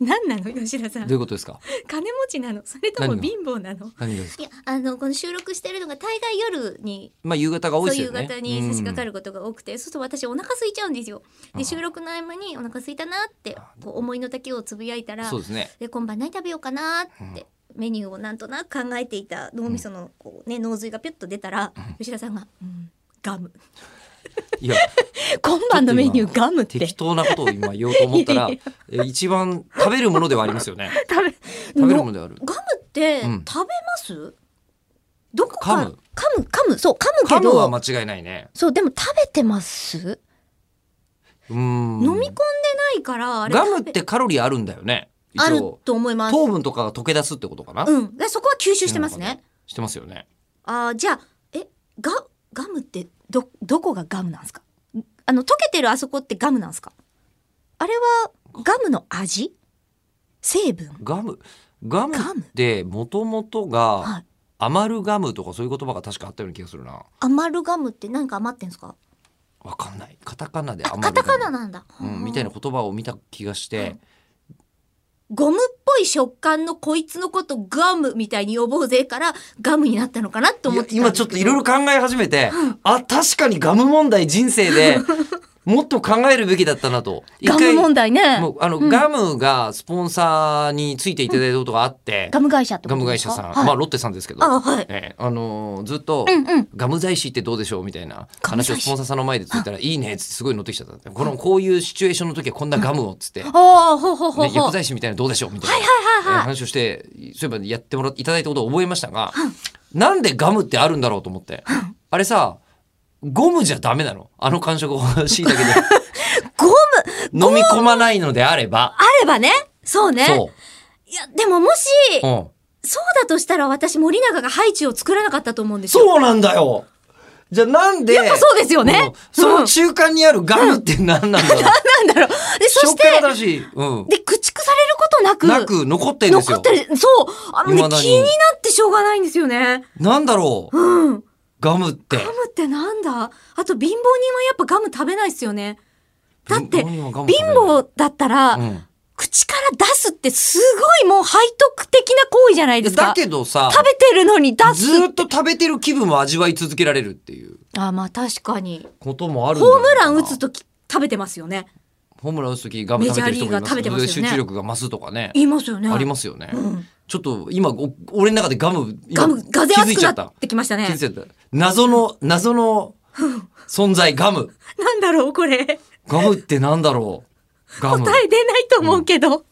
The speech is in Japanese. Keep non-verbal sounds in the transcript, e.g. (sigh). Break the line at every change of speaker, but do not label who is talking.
何なの吉田さん
(laughs)
どういうことですか
金持ちなのそれとも
何が
貧乏なの
何がですか
いやあのこの収録してるのが大概夜に
まあ夕方が多い
そ
で
うい
す
う
よね
方に差し掛か
る
ることが多くて、そうすると私お腹空いちゃうんですよ
あ
で収録の合間にお腹空いたなってこう思いの丈をつぶやいたら
そうですね
で今晩何食べようかなって、メニューをなんとなく考えていた脳みそのこう、ね、脳髄がピュッと出たら、吉田さんが「うんガム
いや
今晩のメニューガムって
(laughs)
適当なことを今言おうと思ったら
い
え一番食べるものではありますよね
(laughs)
食べ
食べるものではある
ガムって
うん
食べますどこか
噛
噛
む
む噛むそう噛むけ
噛むは
ど
間違いないね
そうでも食べてます、
うーん
飲み込んでないからあれ
ガムっ
食べ
てカロリーあるんだよね
あ
一
る
応
と思います
糖分とかが溶け出すってことかな、
うんでそこは吸収してますね
してますよね
あーじゃあえガガムってどどこがガムなんですかあの溶けてるあそこってガムなんですかあれはガムの味成分
ガムガム
ガム
ってもとも
は
とが
い
アマルガムとかそういう言葉が確かあったような気がするな
余るガムって何か余ってんですか
わかんないカタカナで
あ
アマ
カ
ルガ
タ
ム
カナなんだ、
うん、みたいな言葉を見た気がして、
ゴムっぽい食感のこいつのことガムみたいに呼ぼうぜからガムになったのかなと
い
思っ
や
てたんですけど
今ちょっといろいろ考え始めて、あ確かにガム問題人
(laughs)
生でもっと考えるべきだったなと
ガム問題ね
もうあの、ガムがスポンサーについていただいたことがあって、
ガム会社ってこ
ガム
とで
会
す
社
か
さん、
はい
まあロッテさんですけど、
あはい
ええあのーずっと、
うんうん
ガム剤師ってどうでしょうみたいな
ガム剤師
話をスポンサーさんの前でついたら「いいね」っつってすごい乗ってきちゃったんだよこのこういうシチュエーションの時はこんなガムをっつって、ね、
ああ (laughs) ほうほうほうほ
薬
う、
剤師みたいなのどうでしょうみたいな、
はいはい
えー話をしてそういえばやってもらっていただいたことを覚えましたが、なんでガムってあるんだろうと思って、あれさゴムじゃダメなのあの感触をし
(laughs)
いたけど
ゴム
飲み込まないのであれば
あればねそうね
そ
いやでももし
う、うん、
そうだとしたら私森永がハイチュウを作らなかったと思うんですよ
そうなんだよじゃあなんでやっ
ぱそうですよね
その
うん
中間にあるガムって何なんだろう、
なんだろうで (laughs) そし
食
て
感がだし、うん、
で駆逐されることなく
なく残ってるんです
残っ
よ
てるそうあのね
未だに
気になってしょうがないんですよね
なんだろう
うん
ガムって
ガムってなんだあと貧乏人はやっぱガム食べないっすよね。だって、
貧乏人はガム食
貧
べない
乏だったら、
うん
口から出すってすごいもう背徳的な行為じゃないです
だ
か。
けどさ
食べてるのに出す。
ずーっと食べてる気分を味わい続けられるっていう
あ、まあ確かに。
こともあるんだ
ホー
ろう
ム
な
ラン打つとき食べてますよね。
ホームラン打つ時ガム食べてる人もいま
メジャーリーガ
す
ー食べてますよね
それで集中力が増すとかね
言いますよね。。
ありますすよね、
うん。
ちょっと今お俺の中でガム今
ガム、がぜ
気づ
熱
いちゃ
く
った
なってきました
気づ
ね
い。ちゃった謎の謎の存在
(laughs)
ガム
なんだろうこれ。
ガムってなんだろうガム
答え出ないと思うけど。